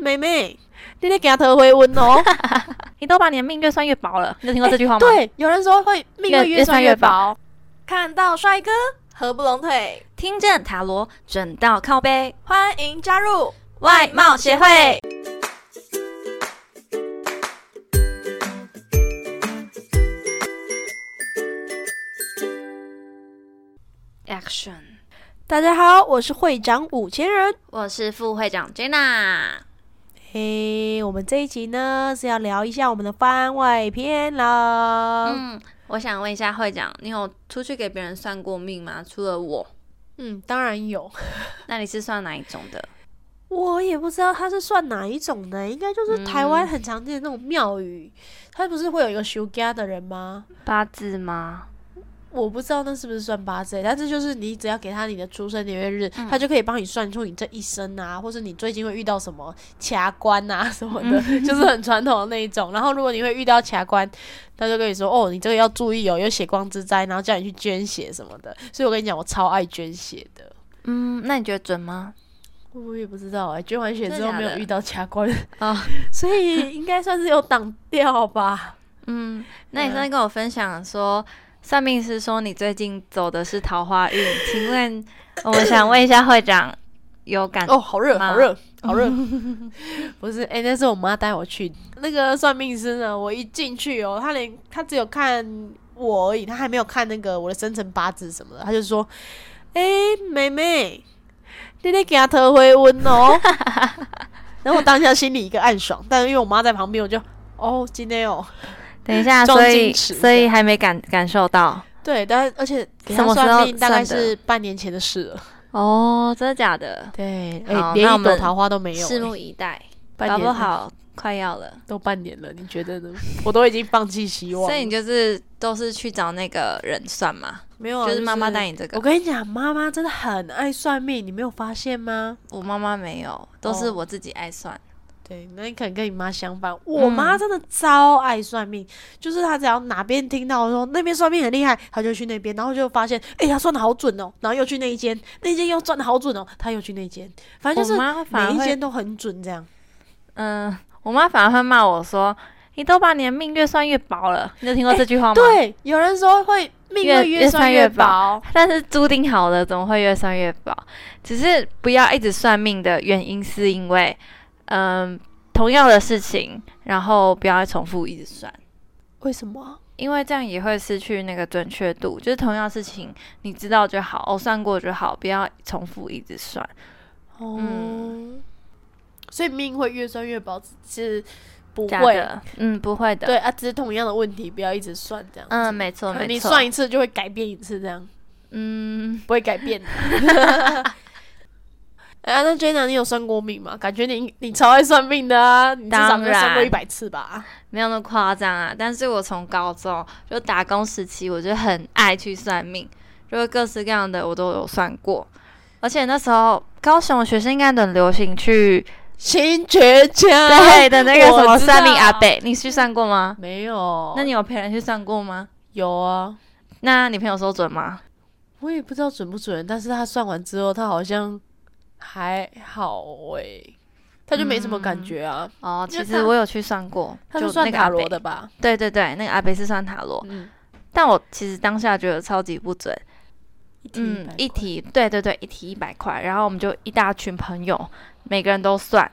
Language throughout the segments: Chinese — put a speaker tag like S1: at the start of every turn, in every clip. S1: 妹妹，你在给他头回温 哦。
S2: 你都把你的命越算越薄 了，你有听过这句话吗？，
S1: 对，有人说会命会
S2: 越
S1: 越算
S2: 越
S1: 越薄，看到帅哥合不拢腿，
S2: 听见塔罗准到靠背，
S1: 欢迎加入。
S2: 外貌协会。Action，
S1: 大家好，我是会长五千人。
S2: 我是副会长 Jenna。
S1: 嘿，我们这一集呢是要聊一下我们的番外篇啦。嗯
S2: 嗯，我想问一下会长，你有出去给别人算过命吗？除了我，
S1: 嗯当然有，
S2: 那你是算哪一种的？
S1: 我也不知道它是算哪一种的，应该就是台湾很常见的那种庙宇，它不是会有一个修家的人吗？
S2: 八字吗？
S1: 我不知道那是不是算八字欸，但是就是你只要给他你的出生年月日，他就可以帮你算出你这一生啊，或是你最近会遇到什么卡关啊什么的， 就是很传统的那一种。然后如果你会遇到卡关，他就跟你说哦，你这个要注意哦，有血光之灾，然后叫你去捐血什么的。所以我跟你讲，我超爱捐血的。
S2: 嗯，那你觉得准吗？
S1: 我也不知道哎、捐完血
S2: 真
S1: 之
S2: 的
S1: 后
S2: 假
S1: 没有
S2: 的
S1: 遇到卡关，
S2: 哦，
S1: 所以应该算是有挡掉吧。
S2: 嗯，那你上次跟我分享说，算命师说你最近走的是桃花运，请问我们想问一下会长，有感
S1: 哦，好热，
S2: 吗
S1: 好 热，好热！不是，哎、那是我妈带我去那个算命师呢。我一进去哦，他连他只有看我而已，他还没有看那个我的生辰八字什么的，他就说：“哎、妹妹，你得给他头回温 哦。”然后我当下心里一个暗爽，但是因为我妈在旁边，我就哦，今天哦，
S2: 等一下，
S1: 撞
S2: 所以
S1: 矜持
S2: 所以还没感感受到
S1: 对，但而且给
S2: 什
S1: 他
S2: 么时候
S1: 算命大概
S2: 算的
S1: 是半年前的事了。
S2: 哦，真的假的？
S1: 对，哎、
S2: 好那
S1: 连
S2: 我
S1: 一朵
S2: 们
S1: 桃花都没有、
S2: 拭目
S1: 哎
S2: 以待，
S1: 半
S2: 搞
S1: 年
S2: 不
S1: 了
S2: 好快要了，
S1: 都半年了，你觉得呢？ 我都已经放弃希望了，
S2: 所以你就是都是去找那个人算嘛，
S1: 没有啊，
S2: 就是妈妈带你这
S1: 我
S2: 个。
S1: 跟你讲，妈妈真的很爱算命，你没有发现吗？
S2: 我妈妈没有，都是
S1: 哦
S2: 我自己爱算。
S1: 对，那你可能跟你妈相反。我妈真的超爱算命，就是她只要哪边听到说哦那边算命很厉害，她就去那边，然后就发现，哎、她算的好准哦，然后又去那一间，那一间又算的好准哦，她又去那一间，反正就
S2: 我
S1: 是
S2: 妈反而
S1: 每一
S2: 会
S1: 间都很准这样。
S2: 嗯，我妈反而会骂我说：“你都把你的命越算越薄了。”你有听过这句话吗？，
S1: 哎对，有人说会命
S2: 越
S1: 会
S2: 越算
S1: 算
S2: 越
S1: 越
S2: 薄
S1: 薄，
S2: 但是注定好的总会越算越薄。只是不要一直算命的原因是因为，嗯，同样的事情，然后不要重复一直算，
S1: 为什么啊？
S2: 因为这样也会失去那个准确度。就是同样的事情，你知道就好，哦，算过就好，不要重复一直算。
S1: 哦、
S2: 嗯
S1: 所以命会越算越薄，是不
S2: 假
S1: 会
S2: 的，嗯，不会的，
S1: 对啊，只是同样的问题，不要一直算这样。
S2: 嗯，没错，
S1: 可能
S2: 没错，
S1: 你算一次就会改变一次，这样
S2: 嗯。
S1: 不会改变 的。哎、啊，那 Jenna，你有算过命吗？感觉你你超爱算命的啊，你至少应该算过一百次吧？
S2: 没有那么夸张啊，但是我从高中就打工时期，我就很爱去算命，就是各式各样的我都有算过。而且那时候高雄学生应该很流 行去
S1: 新绝家
S2: 对的那个什么
S1: 我知道哦
S2: 算命阿伯，你去算过吗？
S1: 没有？
S2: 那你有陪人去算过吗？
S1: 有啊？
S2: 那你朋友说准吗？
S1: 我也不知道准不准，但是他算完之后，他好像还好诶、他就没什么感觉啊。
S2: 哦，
S1: 因
S2: 其
S1: 为
S2: 实
S1: 他
S2: 我有去算过，
S1: 他
S2: 就是
S1: 算
S2: 那个
S1: 塔
S2: 阿伯
S1: 罗的吧？
S2: 对对对，那个阿伯是算塔罗，
S1: 嗯，
S2: 但我其实当下觉得超级不准，
S1: 一题
S2: 嗯，
S1: 100
S2: 一
S1: 块
S2: 题，对对对，一题一百块，然后我们就一大群朋友，每个人都算，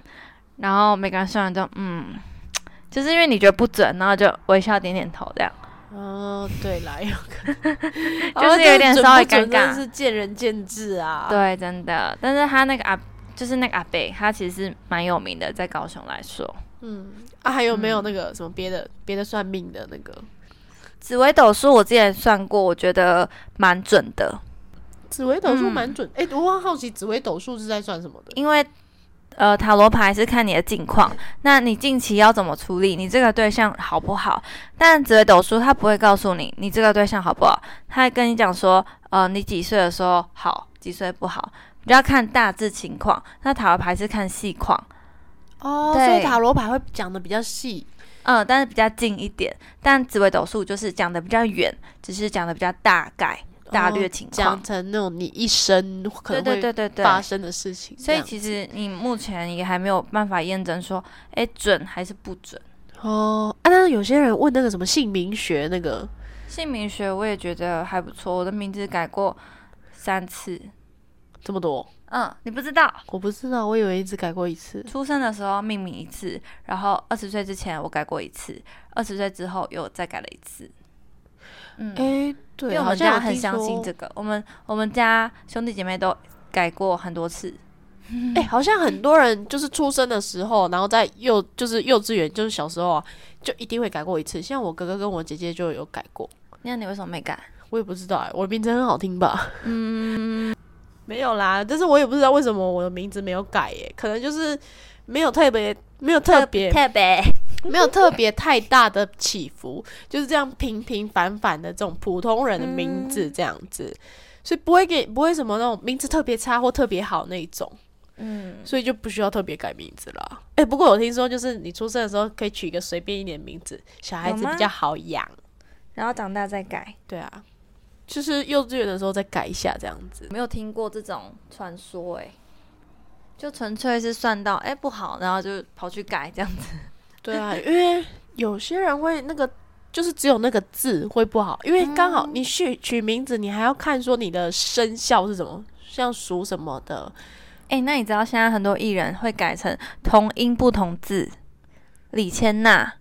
S2: 然后每个人算完之后，嗯，就是因为你觉得不准，然后就微笑点点头这样。
S1: 哦，对啦，有可 能哦
S2: 就是有
S1: 这
S2: 点
S1: 准
S2: 稍
S1: 不
S2: 微
S1: 准
S2: 尴
S1: 真的
S2: 尬
S1: 是见仁见智啊。，
S2: 对，真的，但是他那个阿，就是那个阿贝，他其实是蛮有名的，在高雄来说，
S1: 嗯，啊，还有没有那个什么别的别的算命的那个
S2: 紫微斗数我之前算过，我觉得蛮准的，
S1: 紫微斗数
S2: 嗯
S1: 蛮准？哎，我很好奇紫微斗数是在算什么的？
S2: 因为呃塔罗牌是看你的近况，那你近期要怎么处理，你这个对象好不好？但紫微斗数它不会告诉你你这个对象好不好，它会跟你讲说，呃，你几岁的时候好，几岁不好，你就要看大致情况。那塔罗牌是看细况，
S1: 哦
S2: 对
S1: 所以塔罗牌会讲的比较细。
S2: 嗯、但是比较近一点，但紫微斗数就是讲的比较远，只是讲的比较大概。大
S1: 哦
S2: 略情况。
S1: 讲成那种你一生可
S2: 对
S1: 能
S2: 对
S1: 会
S2: 对对对，
S1: 发生的事情，
S2: 所以
S1: 这样
S2: 其实你目前也还没有办法验证说，哎，准还是不准。
S1: 哦，啊，但是有些人问那个什么姓名学那个，
S2: 姓名学我也觉得还不错，我的名字改过三次。
S1: 这么多，
S2: 嗯，你不知道，
S1: 我不知道，我以为只改过一次。
S2: 出生的时候命名一次，然后二十岁之前我改过一次，二十岁之后又再改了一次。嗯，
S1: 哎、
S2: 因
S1: 对，
S2: 为我
S1: 好
S2: 们
S1: 像
S2: 家
S1: 有
S2: 很
S1: 听
S2: 相信
S1: 说
S2: 这个，我们我们家兄弟姐妹都改过很多次。
S1: 哎、好像很多人就是出生的时候，然后在幼就是幼稚园，就是小时候啊，就一定会改过一次。像我哥哥跟我姐姐就有改过，
S2: 那你为什么没改？
S1: 我也不知道、哎，我的名字很好听吧？ 嗯，没有啦，但是我也不知道为什么我的名字没有改、耶，可能就是没有特别，没有特别，
S2: 特别
S1: 没有特别太大的起伏， 就是这样平平凡凡的这种普通人的名字这样子，所以不会给不会什么那种名字特别差或特别好那一种，嗯，所以就不需要特别改名字啦。哎、不过我听说就是你出生的时候可以取一个随便一点的名字，小孩子
S2: 有吗
S1: 比较好养，
S2: 然后长大再改，
S1: 对啊，就是幼稚园的时候再改一下这样子。
S2: 没有听过这种传说哎、就纯粹是算到哎、不好，然后就跑去改这样子。
S1: 对啊，因为有些人会那个，就是只有那个字会不好，因为刚
S2: 哦
S1: 好你取取名字，你还要看说你的生肖是什么，像属什么的。
S2: 哎、那你知道现在很多艺人会改成同音不同字，李千娜，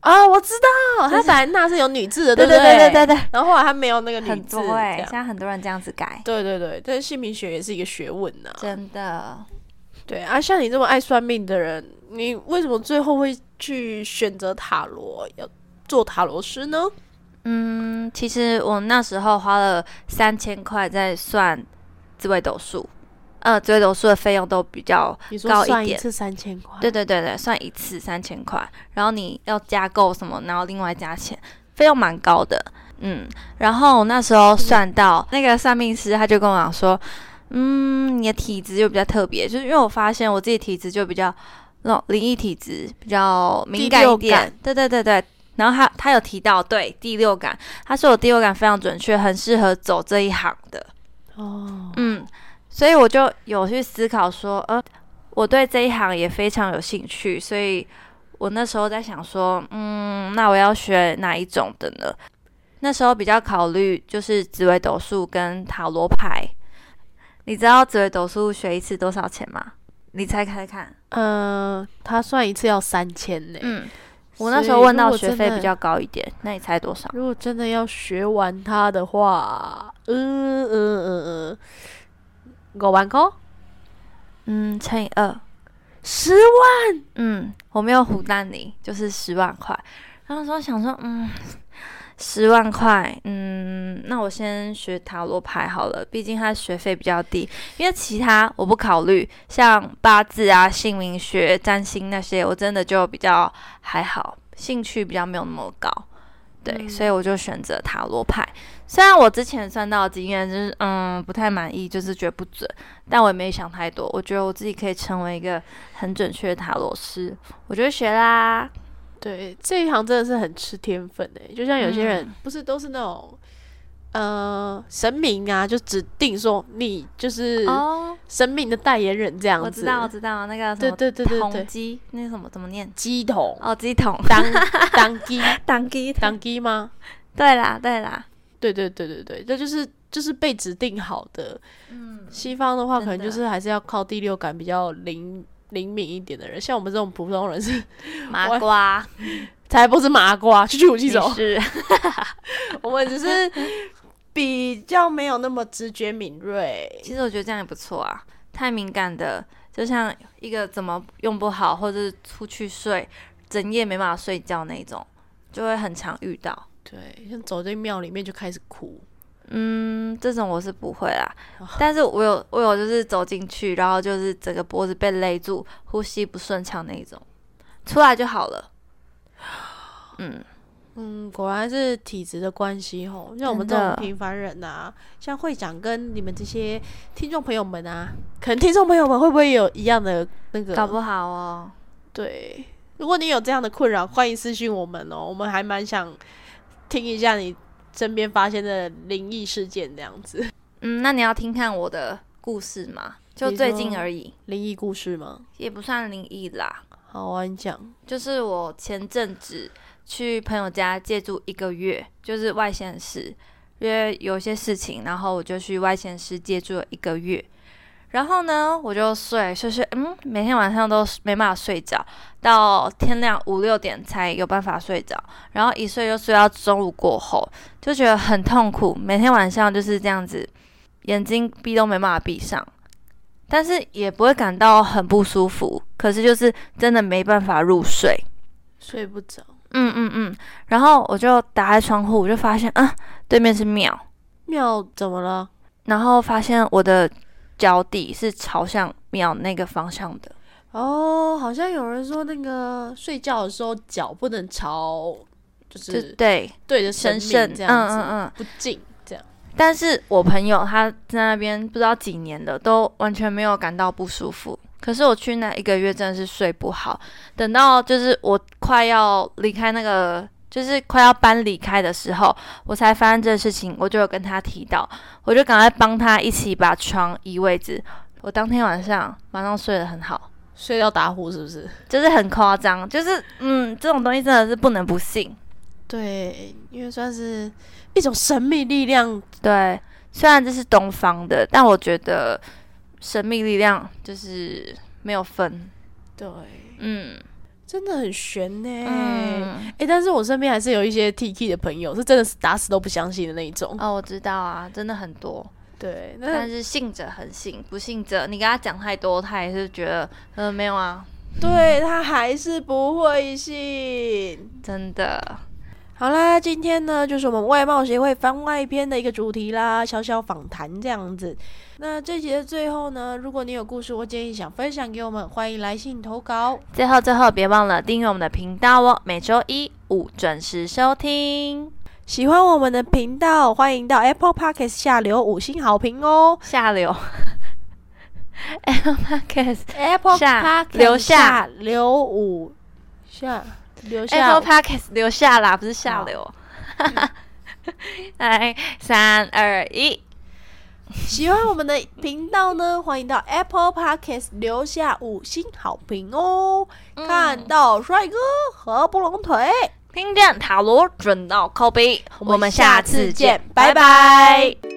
S1: 啊，我知道，
S2: 就
S1: 他
S2: 是
S1: 本来那是有女字的，
S2: 对
S1: 不对
S2: 对对对，
S1: 然后后来他没有那个女
S2: 很
S1: 字，
S2: 多哎、
S1: 这
S2: 现
S1: 样
S2: 在很多人这样子改，
S1: 对对对，但是姓名学也是一个学问呐、
S2: 真的。
S1: 对啊，像你这么爱算命的人，你为什么最后会去选择塔罗，要做塔罗师呢？
S2: 嗯，其实我那时候花了三千块在算紫微斗数，呃，紫微斗数的费用都比较，
S1: 你说
S2: 高一
S1: 算一
S2: 点
S1: 次三千块，
S2: 对对对对，算一次三千块，然后你要加购什么，然后另外加钱，费用蛮高的。嗯，然后我那时
S1: 嗯
S2: 候算到那个算命师，他就跟我讲说，嗯，你的体质就比较特别，就是因为我发现我自己体质就比较那种灵异体质，比较敏感一
S1: 第六感
S2: 点。对对对对。然后他他有提到，对第六感，他说我第六感非常准确，很适合走这一行的。
S1: 哦，
S2: 嗯，所以我就有去思考说，呃，我对这一行也非常有兴趣，所以我那时候在想说，嗯，那我要学哪一种的呢？那时候比较考虑就是紫微斗数跟塔罗牌。你知道紫微斗数学一次多少钱吗？你猜猜看。
S1: 嗯、他算一次要三千呢。
S2: 嗯，
S1: 所
S2: 我
S1: 以
S2: 那时候问
S1: 如
S2: 到
S1: 果
S2: 学
S1: 真
S2: 费
S1: 的
S2: 比较高一点，那你猜多少？
S1: 如果真的要学完它的话，嗯嗯嗯嗯，五万块，
S2: 嗯，乘以二。
S1: 十万，
S2: 嗯，我没有唬烂你，就是十万块。然后那时候想说，嗯，十万块，嗯，那我先学塔罗牌好了，毕竟它学费比较低。因为其他我不考虑，像八字啊、姓名学、占星那些，我真的就比较还好，兴趣比较没有那么高。对，
S1: 嗯
S2: 所以我就选择塔罗牌。虽然我之前算到的经验就是，嗯，不太满意，就是觉得不准，但我也没想太多。我觉得我自己可以成为一个很准确的塔罗师，我就学啦。
S1: 对，这一行真的是很吃天分诶、就像有些人、
S2: 嗯
S1: 不是都是那种，呃，神明啊，就指定说你就是
S2: 哦，
S1: 神明的代言人这样子，
S2: 我知道，我知道那个什
S1: 对
S2: 么
S1: 对对对
S2: 桶
S1: 对，
S2: 鸡，那什么怎么念？
S1: 鸡桶，
S2: 哦，鸡桶，
S1: 当当鸡
S2: 当鸡桶。
S1: 当鸡吗？
S2: 对啦，对啦，
S1: 对对对对对，这就是就是被指定好的，
S2: 嗯，
S1: 西方的话，可能
S2: 真
S1: 就
S2: 的
S1: 是还是要靠第六感比较灵灵敏一点的人，像我们这种普通人是
S2: 麻瓜
S1: 才不是麻瓜，去去武器
S2: 你
S1: 手，
S2: 是，
S1: 我们只 是比较没有那么直觉敏锐。
S2: 其实我觉得这样也不错啊。太敏感的，就像一个怎么用不好，或者是出去睡，整夜没办法睡觉那种，就会很常遇到。
S1: 对，像走进庙里面就开始哭，
S2: 嗯，这种我是不会啦，但是我有我有就是走进去，然后就是整个脖子被勒住，呼吸不顺畅那一种，出来就好了。嗯，
S1: 嗯，果然是体质的关系吼。像我们这
S2: 真
S1: 种
S2: 的
S1: 平凡人呐、像会长跟你们这些听众朋友们啊，可能听众朋友们会不会有一样的那个？
S2: 搞不好哦。
S1: 对，如果你有这样的困扰，欢迎私信我们哦，我们还蛮想听一下你身边发现的灵异事件这样子，
S2: 嗯，那你要听看我的故事吗？就
S1: 你
S2: 最
S1: 说
S2: 近而已，
S1: 灵异故事吗？
S2: 也不算灵异啦。
S1: 好啊，你讲。
S2: 就是我前阵子去朋友家借住一个月，就是外县市，因为有些事情，然后我就去外县市借住了一个月。然后呢，我就睡睡睡，嗯，每天晚上都没办法睡着，到天亮五六点才有办法睡着，然后一睡就睡到中午过后，就觉得很痛苦，每天晚上就是这样子，眼睛闭都没办法闭上，但是也不会感到很不舒服，可是就是真的没办法入睡。
S1: 睡不着，
S2: 嗯嗯嗯，然后我就打开窗户，我就发现，啊，对面是庙，
S1: 妙怎么了？
S2: 然后发现我的脚底是朝向庙那个方向的。
S1: 哦，好像有人说那个睡觉的时候脚不能朝，就
S2: 就是对，
S1: 对着
S2: 神
S1: 明
S2: 圣，
S1: 这
S2: 嗯
S1: 样子，
S2: 嗯嗯。
S1: 不敬这样。
S2: 但是我朋友他在那边不知道几年了，都完全没有感到不舒服。可是我去那一个月真的是睡不好，等到就是我快要离开那个，就是快要搬离开的时候，我才发现这事情，我就有跟他提到，我就赶快帮他一起把床移位置。我当天晚上马上睡得很好。
S1: 睡到打呼是不是？
S2: 就是很夸张，就是嗯，这种东西真的是不能不信。
S1: 对，因为算是一种神秘力量。
S2: 对，虽然这是东方的，但我觉得神秘力量就是没有分。
S1: 对，
S2: 嗯
S1: 真的很悬呢、
S2: 嗯，
S1: 哎、但是我身边还是有一些 T K 的朋友，是真的是打死都不相信的那一种。
S2: 哦，我知道啊，真的很多，
S1: 对，那
S2: 但是信者恒信，不信者你跟他讲太多，他也是觉得嗯、呃没有啊，
S1: 对他还是不会信。
S2: 真的。
S1: 好啦，今天呢就是我们外貌协会番外篇的一个主题啦，小小访谈这样子。那这集的最后呢，如果你有故事或建议想分享给我们，欢迎来信投稿。
S2: 最后最后，别忘了订阅我们的频道哦，每周一五准时收听。
S1: 喜欢我们的频道，欢迎到 Apple Podcast 下留五星好评哦。
S2: 下流，Apple Podcast
S1: Apple
S2: 下
S1: Podcast
S2: 留下
S1: 留五下留下
S2: Apple Podcast 留下啦，不是下流。 来，三二一，
S1: 喜欢我们的频道呢，欢迎到 Apple Podcast 留下五星好评哦。
S2: 嗯
S1: 看到帅哥和布隆腿，
S2: 听见塔罗准到扣 o 我们下次见，
S1: 拜
S2: 拜拜
S1: 拜